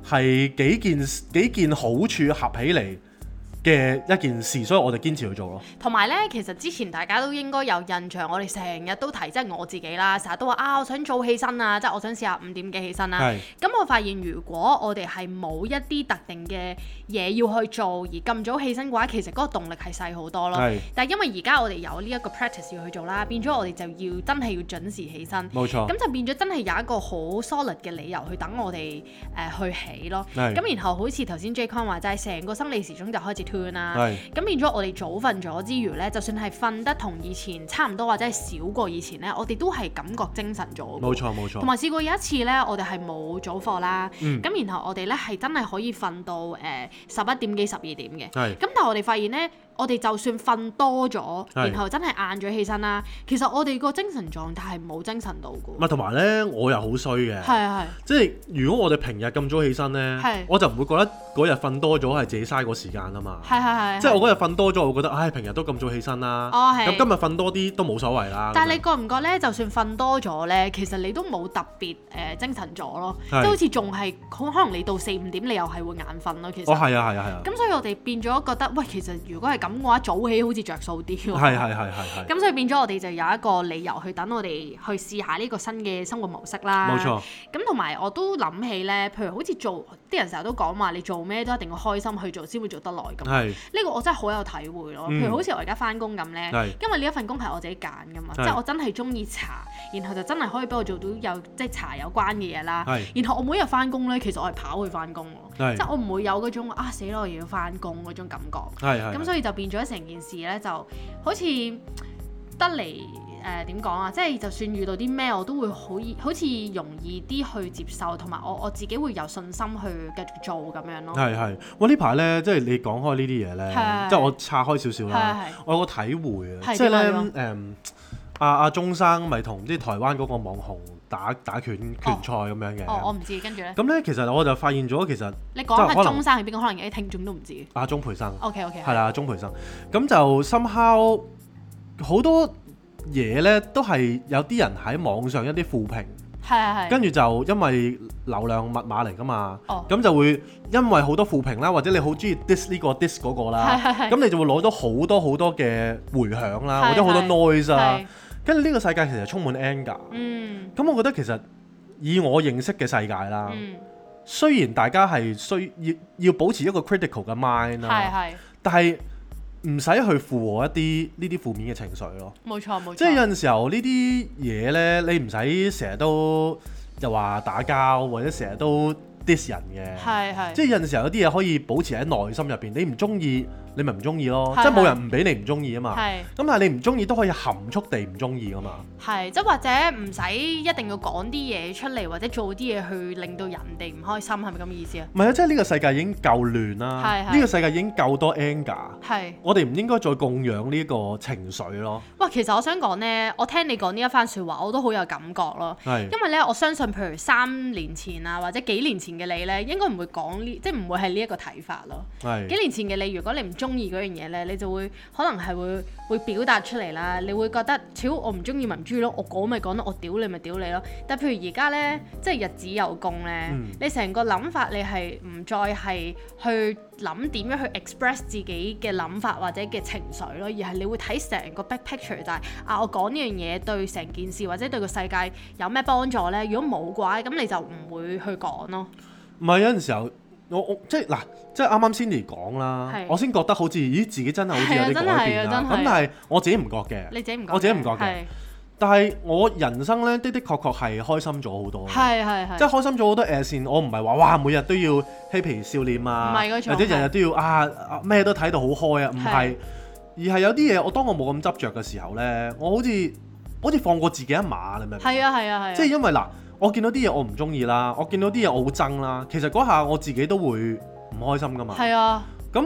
S1: 係幾件幾件好處合起嚟嘅一件事，所以我就堅持去做咯。
S3: 同埋咧，其實之前大家都應該有印象，我哋成日都提，即係我自己啦，成日都話啊，我想早起身啊，即係我想試下五點幾起身啦
S1: 係。
S3: 咁我發現，如果我哋係冇一啲特定嘅嘢要去做，而咁早起身嘅話，其實嗰個動力係細好多咯
S1: 係。
S3: 但係因為而家我哋有呢一個 practice 要去做啦，變咗我哋就要真係要準時起身。
S1: 冇錯，
S3: 咁就變咗真係有一個好 solid 嘅理由去等我哋誒、呃去起咯。
S1: 係
S3: 咁然後好似頭先 J Con 話齋，成個生理時鐘就開始 turn 啦。
S1: 係
S3: 咁變咗我哋早瞓咗之餘呢，就算係瞓得同以前差唔多或者係少過以前呢，我哋都係感覺精神咗嘅。
S1: 冇錯冇
S3: 同
S1: 錯，
S3: 埋試過有一次呢，我哋係冇早課啦，咁、
S1: 嗯
S3: 然後我哋呢係真係可以瞓到誒十一點幾十二點嘅。
S1: 係
S3: 咁但係我哋發現呢，我哋就算瞓多咗，
S1: 係
S3: 然後真係晏咗起身啦，其實我哋個精神狀態係冇精神到嘅
S1: 咪。同埋呢，我又好衰嘅。
S3: 係係
S1: 即係如果我哋平日咁早起身呢
S3: 係，
S1: 我就唔會覺得嗰日瞓多咗係自己嘥個時間啊嘛。
S3: 係係係。
S1: 即係我嗰日瞓多咗，我會覺得唉，平日都咁早起身啦，
S3: 哦係
S1: 咁今日瞓多啲都冇所謂啦。
S3: 但係你
S1: 咁
S3: 覺唔覺咧？就算瞓多咗咧，其實你都冇特別誒、呃精神咗咯，即
S1: 係
S3: 係好似仲係可可能你到四五點，你又係會眼瞓咯。其
S1: 樣哦
S3: 實，
S1: 係啊係啊係啊，
S3: 咁所以我哋變咗覺得，喂，其實如果係咁嘅話，早起好似着數啲喎。
S1: 係啊係係係係，
S3: 咁所以變咗我哋就有一個理由去等我哋去試下呢個新嘅生活模式啦。
S1: 冇錯。
S3: 咁同埋我都諗起咧，譬如好似做啲人成日都講話，你做咩都一定要開心去做，先會做得耐咁。
S1: 係
S3: 呢個我真係好有體會咯。
S1: 嗯
S3: 譬如好似我而家翻工咁呢，
S1: 係
S3: 因為呢一份工係我自己揀噶嘛，即
S1: 係
S3: 係我真係中意茶，然後就真係可以俾我做到有即係茶有關嘅嘢啦
S1: 係。
S3: 然後我每日翻工呢，其實我係跑去翻工咯，
S1: 係
S3: 即係我唔會有嗰種啊死啦我又要翻工嗰種感覺。
S1: 係係，
S3: 咁所以就變咗成件事呢，就好似呃得嚟誒點講啊，即係就算遇到啲咩，我都會好易好似容易啲去接受，同埋我我自己會有信心去繼續做咁樣咯。
S1: 係係，我呢排咧，即係你講開呢啲嘢咧
S3: 哦係，
S1: 即係我岔開少少啦
S3: 係係。
S1: 我有個體會啊，
S3: 係
S1: 即係咧
S3: 點啊
S1: 誒，阿阿鐘生咪同啲台灣嗰個網紅打打拳拳賽咁樣
S3: 哦，我
S1: 嘅。
S3: 唔知，跟住呢。
S1: 咁咧，其實我就發現咗，其實
S3: 你講下
S1: 即係可能
S3: 中山係邊個？可能有啲聽眾都唔知。
S1: 阿鐘培生
S3: O K O K，
S1: 係，啦，鐘培生咁就 somehow 好多嘢咧，都係有啲人喺網上一啲負評。
S3: 係係係，
S1: 跟住就因為流量密碼嚟㗎嘛，
S3: 哦
S1: 咁、就會因為好多負評啦，或者你好中意 dis 呢個 dis 嗰個啦，咁你就會攞到好多好多嘅迴響啦，
S3: 係
S1: 或者好多
S3: 係
S1: noise 啊
S3: 係。
S1: 跟住呢個世界其實充滿 anger。
S3: 嗯
S1: 咁我覺得其實以我認識嘅世界啦，
S3: 嗯，
S1: 雖然大家係需要要保持一個 critical 嘅 mind
S3: 係
S1: 啦，
S3: 係，
S1: 但係唔使去附和一啲呢啲負面嘅情緒咯。
S3: 冇錯冇錯，
S1: 即係有陣時候呢啲嘢呢，你唔使成日都又話打交，或者成日都 dis 人嘅。
S3: 係係，
S1: 即係有陣時候有啲嘢可以保持喺內心入邊，你唔中意你咪唔中意咯，
S3: 係
S1: 即係冇
S3: 係
S1: 人唔俾你唔中意啊嘛。
S3: 係
S1: 咁但係你唔中意都可以含蓄地唔中意噶嘛。
S3: 係，即係或者唔使一定要講啲嘢出嚟，或者做啲嘢去令到人哋唔開心，係咪咁嘅意思啊？
S1: 唔係啊，即係呢個世界已經夠亂啦
S3: 係，係
S1: 呢個世界已經夠多 anger，
S3: 係。
S1: 我哋唔應該再供養呢個情緒咯。
S3: 哇，其實我想講呢，我聽你講呢一番説話，我都好有感覺咯。
S1: 係
S3: 因為呢，我相信譬如三年前啊，或者幾年前嘅你呢，應該唔會講呢，即係唔會係呢一個睇法咯。幾
S1: 係
S3: 年前嘅你，如果你唔中意嗰樣嘢呢，你就會可能係會會表達出嚟啦。你會覺得，超我唔中意咪唔中意咯，我講咪講咯，我屌你咪屌你咯。但譬如而家呢，即係日子有功呢，
S1: 嗯
S3: 你成個諗法你係唔再係去諗點樣去 express 自己嘅諗法或者嘅情緒咯，而係你會睇成個 big picture 就係、啊，我講呢樣嘢對成件事或者對個世界有咩幫助呢？如果冇嘅話，咁你就唔會去講咯。
S1: 唔係有陣時候，我我即係嗱，即係啱啱先嚟講啦
S3: 係，
S1: 我先覺得好似咦自己真係好似有啲
S3: 係啊真係啊
S1: 改變啦。
S3: 真係
S1: 咁但係我自己唔覺嘅，
S3: 你自己唔覺嘅，
S1: 我自己唔覺嘅
S3: 係。
S1: 但係我人生呢，的的確確係開心咗好多。
S3: 係係係
S1: 即。係開心咗好多誒線，我唔係話哇每日都要嬉皮笑臉啊，
S3: 唔係嗰種
S1: 或者日日都要啊啊咩都睇到好開啊，唔係
S3: 係，
S1: 而係有啲嘢我當我冇咁執着嘅時候呢，我好似好似放過自己一馬，你明唔明？
S3: 係啊係啊係啊，
S1: 即係因為嗱，我見到啲嘢我唔中意啦，我見到啲嘢我好憎啦，其實嗰下我自己都會唔開心噶嘛。
S3: 係啊，
S1: 咁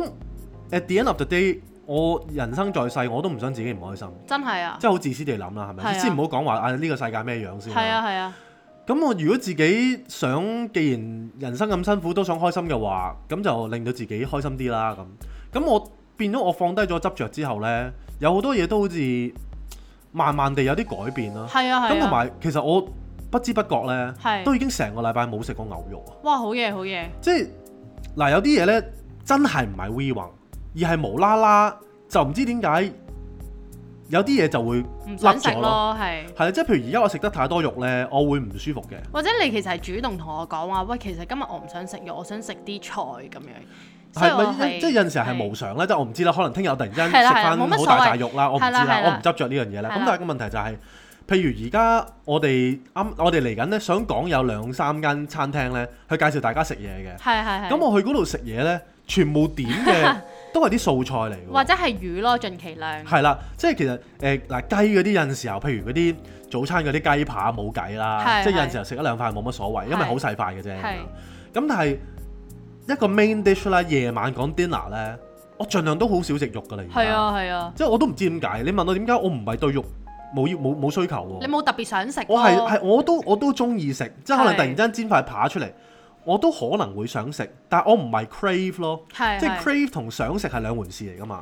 S1: at the end of the day，我人生在世我都唔想自己唔開心，
S3: 真係啊，
S1: 即係好自私地諗啦，係咪？
S3: 係啊
S1: 先唔好講話啊呢個世界咩樣先啦。
S3: 係啊係啊，
S1: 咁我如果自己想，既然人生咁辛苦都想開心嘅話，咁就令到自己開心啲啦。咁咁我變咗我放低咗執着之後呢，有好多嘢都好似慢慢地有啲改變啦。
S3: 係啊係啊，
S1: 咁同埋其實我不知不覺呢，
S3: 係
S1: 都已經成個禮拜冇食過牛肉啊。
S3: 哇好嘢好嘢，
S1: 即係嗱，有啲嘢呢，真係唔係 we 宏，而係無啦啦就唔知點解有啲嘢就會
S3: 唔
S1: 甩
S3: 想食
S1: 咗咯。
S3: 咯係。
S1: 係啦，即係譬如而家我食得太多肉呢，我會唔舒服嘅。
S3: 或者你其實係主動同我講話，喂，其實今日我唔想食肉，我想食啲菜咁樣。所以
S1: 係
S3: 我
S1: 咪即係有陣時候係無常咧？即係我唔知啦，可能聽日我突然間食
S3: 係啦係啦
S1: 翻
S3: 冇乜
S1: 好
S3: 所謂
S1: 大塊肉啦，我唔知
S3: 係啦
S1: 啦
S3: 係，
S1: 我唔
S3: 啦
S1: 執着呢樣嘢啦。
S3: 係
S1: 咁
S3: 啦
S1: 但係個問題就係，譬如而家我哋啱，我哋嚟緊咧，想講有兩三間餐廳咧，去介紹大家食嘢嘅。
S3: 係係係。
S1: 咁我去嗰度食嘢咧，全部點 嘅都係啲素菜嚟
S3: 或
S1: 嘅喎。
S3: 者係魚咯，盡其量。
S1: 係啦，即係其實誒嗱雞嗰啲有陣時候，譬如嗰啲早餐嗰啲雞扒冇計啦，
S3: 係
S1: 即係有陣
S3: 係
S1: 時候食一兩塊冇乜所謂，因為
S3: 係
S1: 好細塊嘅啫。
S3: 係
S1: 咁但係一個 main dish 啦，夜晚講 dinner 咧，我盡量都好少食肉㗎啦。而
S3: 係
S1: 家，
S3: 啊係啊，
S1: 即係我都唔知點解。你問我點解我唔係對肉冇要冇冇需求
S3: 你
S1: 喎？
S3: 冇特別想食咯。
S1: 我係係我都我都中意食，即係可能
S3: 係
S1: 突然間煎塊扒出嚟，我都可能會想食，但係我唔係 crave 咯。
S3: 係
S1: 即係
S3: 係
S1: crave 同想食係兩回事嚟㗎嘛。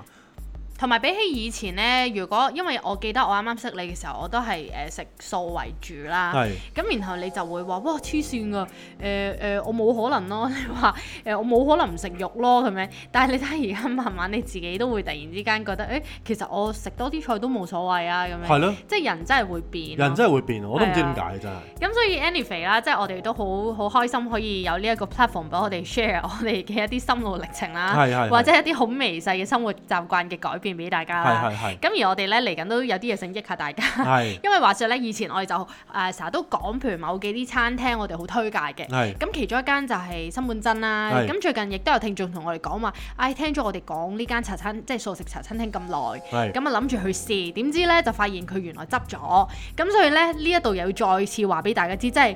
S3: 同埋比起以前呢，如果因為我記得我啱啱識你嘅時候，我都係誒食素為主啦。
S1: 係
S3: 咁然後你就會話：哇黐線㗎！誒、誒、我冇可能咯。 你話誒、我冇可能唔食肉咯咁樣。但係你睇而家慢慢你自己都會突然之間覺得，誒、其實我食多啲菜都冇所謂啊咁
S1: 係
S3: 樣。
S1: 咯，
S3: 即係人真係會變咯。
S1: 人真係會變，我都唔
S3: 啊
S1: 知點解真係。
S3: 咁所以 anyway 啦，即係我哋都好好開心可以有呢一個 platform 俾我哋 share 我哋嘅一啲心路歷程啦，
S1: 係係係
S3: 或者一啲好微細嘅生活習慣嘅改變俾大家啦。
S1: 係係係
S3: 咁而我哋咧嚟緊都有啲嘢想益下大家。
S1: 係
S3: 因為話說咧，以前我哋就誒成日都講，譬如某幾啲餐廳我哋好推介嘅。
S1: 係
S3: 咁其中一間就係新本真啦。
S1: 係
S3: 咁最近亦都有聽眾同我哋講話，唉、聽咗我哋講呢間茶餐，即係素食茶餐廳咁耐，
S1: 係
S3: 咁啊諗住去試，點知咧就發現佢原來執咗。咁所以咧呢一度又要再次話俾大家知，即係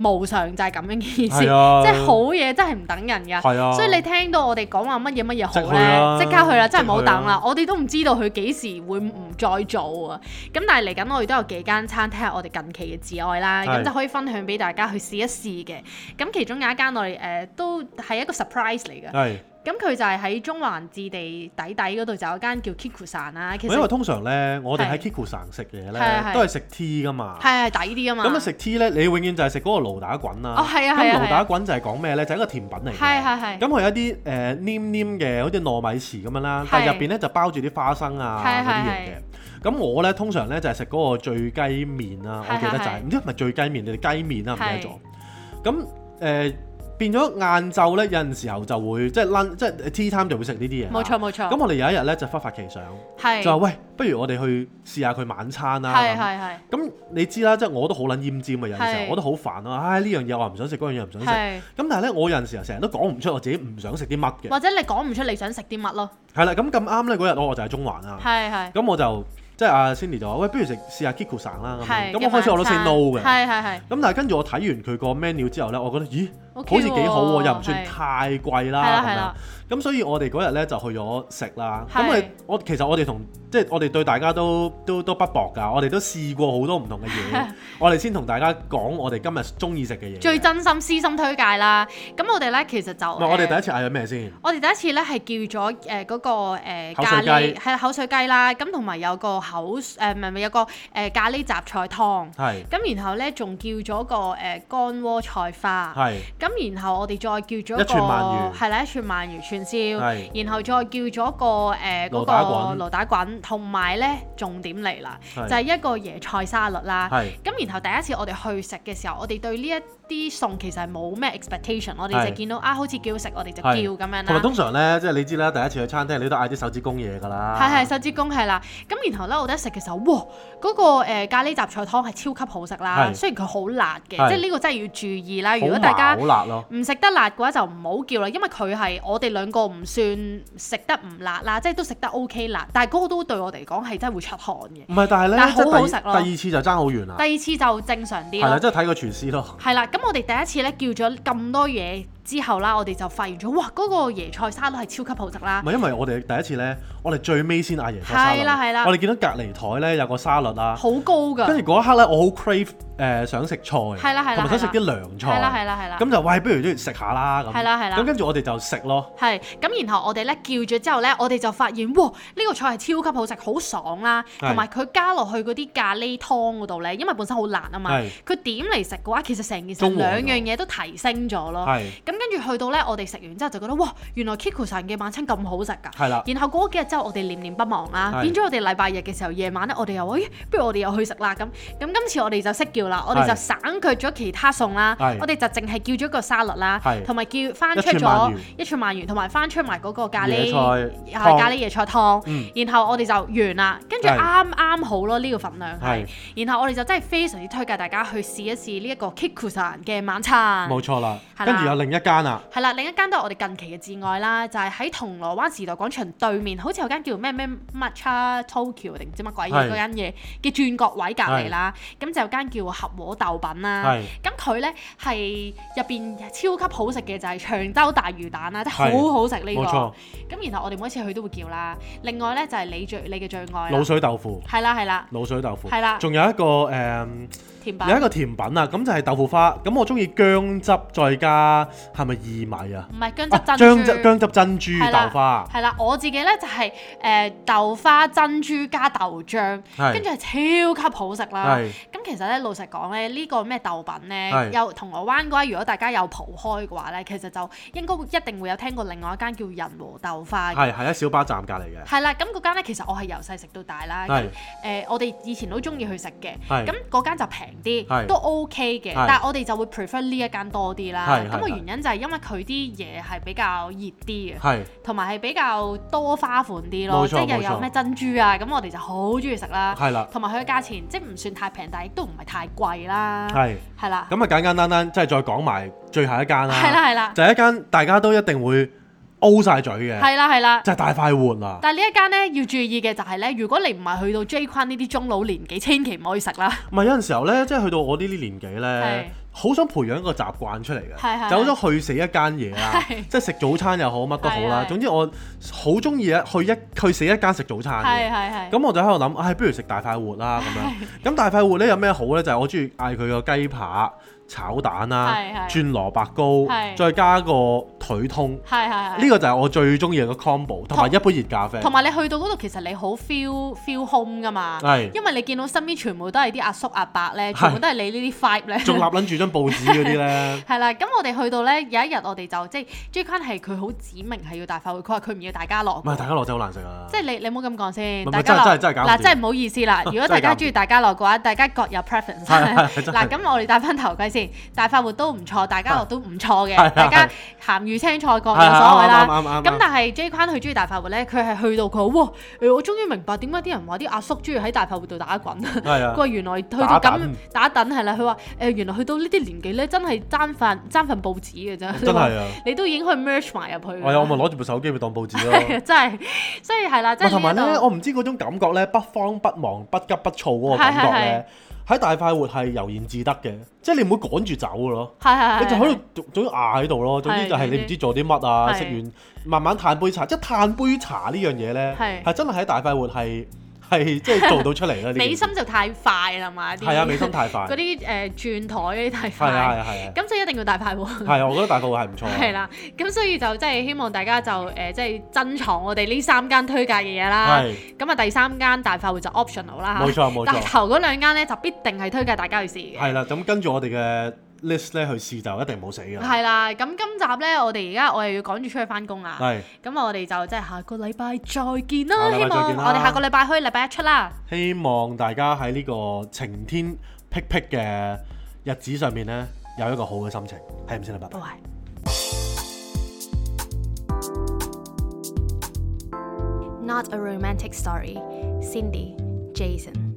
S3: 無常就係咁樣嘅意思，
S1: 係啊
S3: 即係好嘢真係唔等人㗎。
S1: 係啊
S3: 所以你聽到我哋講話乜嘢乜嘢好
S1: 即去啦
S3: 咧，即刻去啦，真係唔好
S1: 即去啦
S3: 等啦。我哋都唔知道佢幾時會唔再做啊。咁但係嚟緊我哋都有幾間餐廳係我哋近期嘅摯愛啦，
S1: 係
S3: 咁就可以分享俾大家去試一試嘅。咁其中有一間我哋誒、呃都係一個 surprise 嚟嘅。
S1: 係。
S3: 咁佢就係喺中環置地底底嗰度就有間叫 Kiku San 啦，其實
S1: 哦因為通常咧，我哋喺
S3: 係
S1: Kiku 城食嘢
S3: 係啊
S1: 咧，
S3: 係
S1: 都係食 tea 噶嘛。
S3: 係係抵啲啊嘛。
S1: 咁啊食 tea 咧，你永遠就係食嗰個勞打滾啦。
S3: 哦係啊
S1: 咁
S3: 係啊
S1: 勞打滾就係講咩咧？就係一個甜品嚟
S3: 係
S1: 嘅。
S3: 係係
S1: 咁啊佢有一啲誒黏黏嘅，好似糯米糍咁樣啦，但係入邊咧就包住啲花生啊
S3: 係係
S1: 嗰啲嘢嘅。咁我咧通常咧就係食嗰個醉雞麵啦，我
S3: 係
S1: 記得
S3: 係
S1: 就係啊
S3: 係
S1: 唔知係咪醉雞麵定係雞麵啦，唔記得咗
S3: 係。
S1: 咁誒呃變咗晏晝咧，有陣時候就會即係 lunch 即係 tea time 就會食呢啲嘢啦。
S3: 冇錯冇錯
S1: 咁我哋有一日咧就忽發奇想，
S3: 係
S1: 就話喂，不如我哋去試下佢晚餐啦。
S3: 係
S1: 咁
S3: 係係
S1: 咁你知啦，即係我都好撚厭尖嘅，有陣時候
S3: 係
S1: 我都好煩啊！唉，呢樣嘢我又唔想食，嗰樣嘢又唔想食。
S3: 係，
S1: 咁但係咧，我有陣時候啊成日都講唔出我自己唔想食啲乜嘅。
S3: 或者你講唔出你想食啲乜咯？
S1: 係啦，咁咁啱咧嗰日我就喺中環啊，
S3: 係係
S1: 咁我就即係阿 Cindy 就話：喂，不如食試下 Kiku 省啦。咁樣
S3: 係。
S1: 嗯咁我開始我都 say no 嘅。咁
S3: 係係係
S1: 但係跟住我睇完佢個 menu 之後咧，我覺得咦，
S3: ，OK
S1: 好似幾好喎，又唔算
S3: 係
S1: 太貴
S3: 係
S1: 啦
S3: 啦
S1: 咁
S3: 係
S1: 樣
S3: 啦。
S1: 咁所以我哋嗰日咧就去咗食啦。
S3: 係
S1: 咁我哋我其實我哋同即係我哋對大家都都都不薄㗎，我哋都試過好多唔同嘅 嘢，我哋先同大家講我哋今日中意食嘅嘢。
S3: 最
S1: 唔
S3: 真心私心推介啦。咁我哋咧其實就
S1: 係我哋第
S3: 誒
S1: 一次嗌咗咩先？
S3: 我哋第一次咧係叫咗誒嗰個誒
S1: 口水
S3: 咖
S1: 雞
S3: 喱係啦口水雞啦，咁同埋有個口誒唔係唔係有個誒咖喱雜菜湯，
S1: 係
S3: 咁然後咧仲叫咗個誒乾鍋菜花，
S1: 係
S3: 咁然後我哋再叫咗
S1: 一
S3: 個
S1: 串鰻魚
S3: 係啦一串鰻魚
S1: 係
S3: 串燒，然後再叫咗個誒嗰
S1: 打滾
S3: 個蘿打滾，同埋咧重點嚟啦，就
S1: 係
S3: 係一個椰菜沙律啦。
S1: 係
S3: 咁然後第一次我哋去食嘅時候，我哋對呢一啲餸其實係冇咩 expectation，我哋
S1: 係
S3: 就見到啊，好似幾好食，我哋就叫
S1: 係
S3: 咁樣啦。
S1: 同埋通常咧，即係你知啦，第一次去餐廳你都嗌啲手指公嘢㗎啦。
S3: 係係手指公係啦，咁然後咧我哋一食嘅時候，哇！嗰、個、呃、咖喱雜菜湯係超級好食啦
S1: 係，
S3: 雖然佢好辣嘅，
S1: 係
S3: 即係呢個真係要注意啦。
S1: 好
S3: 如果大家
S1: 麻好辣咯。
S3: 唔食得辣嘅話，就唔好叫啦，因為佢係我哋兩個唔算食得唔辣啦，即係都食得 OK 辣，但係嗰個都對我哋嚟講係真係會出汗嘅。
S1: 唔係，但係咧，
S3: 但係好
S1: 即係
S3: 好
S1: 第
S3: 食咯
S1: 第二次就爭好遠啦。
S3: 第二次就正常啲
S1: 係啦，
S3: 啦。
S1: 即係睇個廚師咯。
S3: 係啦，咁我哋第一次咧叫咗咁多嘢之後啦，我哋就發現咗，哇！嗰、個椰菜沙律係超級好食啦
S1: 唔，係因為我哋第一次咧，我哋最尾先嗌椰菜沙律。
S3: 係啦係啦
S1: 我哋見到隔離台咧有個沙律啦，
S3: 好高
S1: 跟
S3: 㗎，
S1: 住嗰一刻咧，我好 crave 誒想食菜，
S3: 係啦係啦
S1: 同埋想食啲涼菜。
S3: 係啦係啦係啦。
S1: 咁就喂，不如都食下啦咁。
S3: 係啦係啦
S1: 咁跟住我哋就食咯。
S3: 係，咁然後我哋咧叫咗之後咧，我哋就發現，哇！呢、個菜係超級好食，好爽啦，
S1: 係
S3: 同埋佢加落去嗰啲咖喱湯嗰度咧，因為本身好辣啊嘛
S1: 係，
S3: 佢點嚟食嘅話，其實成件事
S1: 中和
S3: 兩
S1: 咗
S3: 樣嘢都提升咗咯。
S1: 係
S3: 咁跟住去到咧，我哋食完之後就覺得，哇！原來 Kiku 神嘅晚餐咁好食㗎。
S1: 係啦。
S3: 然後嗰幾日之後，我哋念念不忘啦，
S1: 係
S3: 變咗啊我哋禮拜日嘅時候夜晚咧，我哋又話，咦，不如我哋又去食啦咁。咁今次我哋就識叫啦，我哋
S1: 係
S3: 就省卻咗其他餸啦
S1: 係，
S3: 我哋就淨係叫咗個沙律啦
S1: 係，
S3: 同埋叫翻
S1: 一
S3: 出
S1: 串鰻
S3: 咗
S1: 魚
S3: 一串鰻魚，同埋翻出埋嗰個咖
S1: 椰
S3: 喱
S1: 菜
S3: 係
S1: 湯
S3: 咖喱椰菜湯。
S1: 嗯，
S3: 然後我哋就完啦，跟住
S1: 係
S3: 啱啱好咯，呢、個份量係
S1: 係。
S3: 然後我哋就真係非常之推介大家去試一試呢一個 Kikusan 嘅晚餐。
S1: 冇錯啦。
S3: 啊係啦
S1: 跟住有另一間啊啦，
S3: 係啦，另一間都係我哋近期嘅至愛啦，就係、喺銅鑼灣時代廣場對面，好似有間叫咩咩 Matcha Tokyo 定唔知乜鬼嘢
S1: 係
S3: 嗰間嘢嘅轉角位隔離啦，咁就有間叫合和豆品啦
S1: 係。
S3: 咁佢咧係入邊超級好食嘅就係長洲大魚蛋啦，真係
S1: 係
S3: 好好食呢
S1: 冇錯，
S3: 個。咁然後我哋每一次去都會叫啦。另外咧就係你最你嘅最愛啦
S1: 滷，水豆腐，
S3: 係啦係啦，
S1: 滷水豆腐。
S3: 係啦
S1: 仲有一個誒。
S3: 甜品
S1: 有一個甜品啊，咁就係豆腐花。咁我中意薑汁再加係咪薏米啊？
S3: 唔係
S1: 啊
S3: 薑
S1: 薑
S3: 汁珍
S1: 汁
S3: 珠。
S1: 薑汁珍珠
S3: 係啦
S1: 豆花，
S3: 係啦，我自己咧就係、呃豆花珍珠加豆漿，
S1: 係
S3: 跟住係超級好食啦。
S1: 係
S3: 咁其實咧，老實講咧，呢、個咩豆品咧
S1: 係，
S3: 有銅鑼灣嗰間，如果大家有蒲開嘅話咧，其實就應該會一定會有聽過另外一間叫仁和豆花嘅。
S1: 係係喺小巴站隔離嘅。
S3: 係啦，咁嗰間咧其實我係由細食到大啦。咁
S1: 係
S3: 誒、我哋以前都中意去食嘅。
S1: 係
S3: 咁嗰間就平啲，
S1: 係
S3: 都 OK 嘅。
S1: 係
S3: 但係我哋就會 prefer 呢一間多啲啦
S1: 係。係
S3: 咁個
S1: 係
S3: 原因就係因為佢啲嘢係比較熱啲嘅。
S1: 係
S3: 同埋係比較多花款啲咯，
S1: 冇
S3: 即
S1: 錯
S3: 係又
S1: 冇
S3: 有
S1: 錯
S3: 咩珍珠啊，咁我哋就好中意食啦。
S1: 係啦
S3: 同埋佢嘅價錢即係唔算太平，但係亦都唔係太貴啦。
S1: 係。
S3: 係啦，
S1: 咁啊啊簡簡單單，即係再講埋最後一間
S3: 係
S1: 啦。
S3: 啦，係啦，
S1: 就係一間大家都一定會 O 晒嘴嘅，
S3: 係啦，係啦。
S1: 就係大快活啦。
S3: 但係呢一間咧要注意嘅就係咧，如果你唔係去到 J 坤呢啲中老年紀，千祈唔可以食啦。
S1: 唔係有陣時候咧，即係去到我呢啲年紀
S3: 係
S1: 咧，好想培養一個習慣出嚟嘅，
S3: 係係
S1: 就好想去死一間嘢啦，
S3: 係
S1: 即係食早餐又好，乜都好啦
S3: 係。係
S1: 總之我好中意一去一去死一間食早餐
S3: 係
S1: 嘅。
S3: 係係。
S1: 咁我就喺度諗，唉、不如食大快活啦咁樣。咁大快活咧有咩好咧？就係、我中意嗌佢個雞扒炒蛋啦
S3: 係，係
S1: 轉蘿蔔糕，
S3: 係
S1: 再加個腿通。
S3: 係係
S1: 呢
S3: 係。
S1: 個就係我最中意嘅個 combo，同埋一杯熱咖啡。
S3: 同埋你去到嗰度，其實你好 feel feel home 噶嘛，
S1: 係
S3: 因為你見到身邊全部都係啲阿叔阿伯咧，全部
S1: 係
S3: 都係你呢啲 five 咧。，
S1: 仲立撚住張報紙嗰啲咧
S3: 係啦，咁我哋去到咧有一日，我哋就即係 J 坤係佢好指明係要大快活，佢話佢唔要大家樂
S1: 唔。係大家樂真係好難食啊！
S3: 即係你你唔好咁講先，
S1: 唔係
S3: 大家樂
S1: 真係真係真係搞唔掂
S3: 嗱真係唔好意思啦。如果大家中意大家樂嘅話，大家各有 preference。
S1: 係係係真係
S3: 嗱咁我哋戴翻頭盔先，先？大快活都唔錯，大家樂都唔錯
S1: 係係
S3: 嘅，大家鹹魚青菜哦各有所
S1: 係
S3: 愛啦。
S1: 啱啊啱啱啱
S3: 咁但係 J 坤佢中意大快活咧，佢係去到佢話哇，誒我終於明白點解啲人話啲阿叔中意喺大快活度打滾。
S1: 係
S3: 佢
S1: 啊，
S3: 話原來去到
S1: 打
S3: 咁
S1: 躉
S3: 打等係啦，佢話誒原來去到呢啲年紀咧，真係爭份爭份報紙嘅啫。
S1: 真係啊！
S3: 你都已經去 merge 埋入去㗎啦。
S1: 係啊，我咪攞住部手機咪當報紙
S3: 係
S1: 咯。
S3: 啊，真係，所以係啦， 即
S1: 喂
S3: 係
S1: 同埋咧，
S3: 呢度
S1: 我唔知嗰種感覺咧，不慌不忙、不急不躁嗰個感覺咧，喺大快活係悠然自得嘅，即係你唔會趕住走嘅咯。
S3: 係係係，
S1: 你就喺度總總之牙喺度咯，總之就係你唔知做啲乜啊，
S3: 係
S1: 食完慢慢嘆杯茶，即係嘆杯茶呢樣嘢咧，
S3: 係
S1: 係真係喺大快活係係即係做到出嚟啦。呢件
S3: 美
S1: 事
S3: 心就太快啦嘛啲，
S1: 係啊，美心太快，
S3: 嗰
S1: 係
S3: 啲誒轉台嗰啲太
S1: 啊係
S3: 快，
S1: 啊係啊，
S3: 咁所以一定要大快活。
S1: 係啊，我覺得大快活係唔錯。
S3: 係啦，咁所以就即係希望大家就誒即係珍藏我哋呢三間推介嘅嘢啦。
S1: 係
S3: 咁啊第三間大快活就 optional 啦
S1: 冇錯冇
S3: 但係
S1: 錯，
S3: 頭嗰兩間咧就必定係推介大家去試嘅。
S1: 係啦。咁跟住我哋嘅 list 咧去試就一定冇死㗎啦。
S3: 係啦，咁今集呢，我哋而家我又要趕住出去翻工啦。
S1: 係
S3: 咁我哋就即係下個禮拜再見
S1: 下
S3: 啦，
S1: 個禮拜
S3: 希
S1: 再
S3: 望
S1: 見啦
S3: 我哋下個禮拜可以禮拜一出啦。
S1: 希望大家喺呢個晴天霹靂嘅日子上面咧，有一個好嘅心情，係唔先啦，啊拜拜
S3: 拜。拜。
S2: Not a Romantic Story, Cindy, Jason.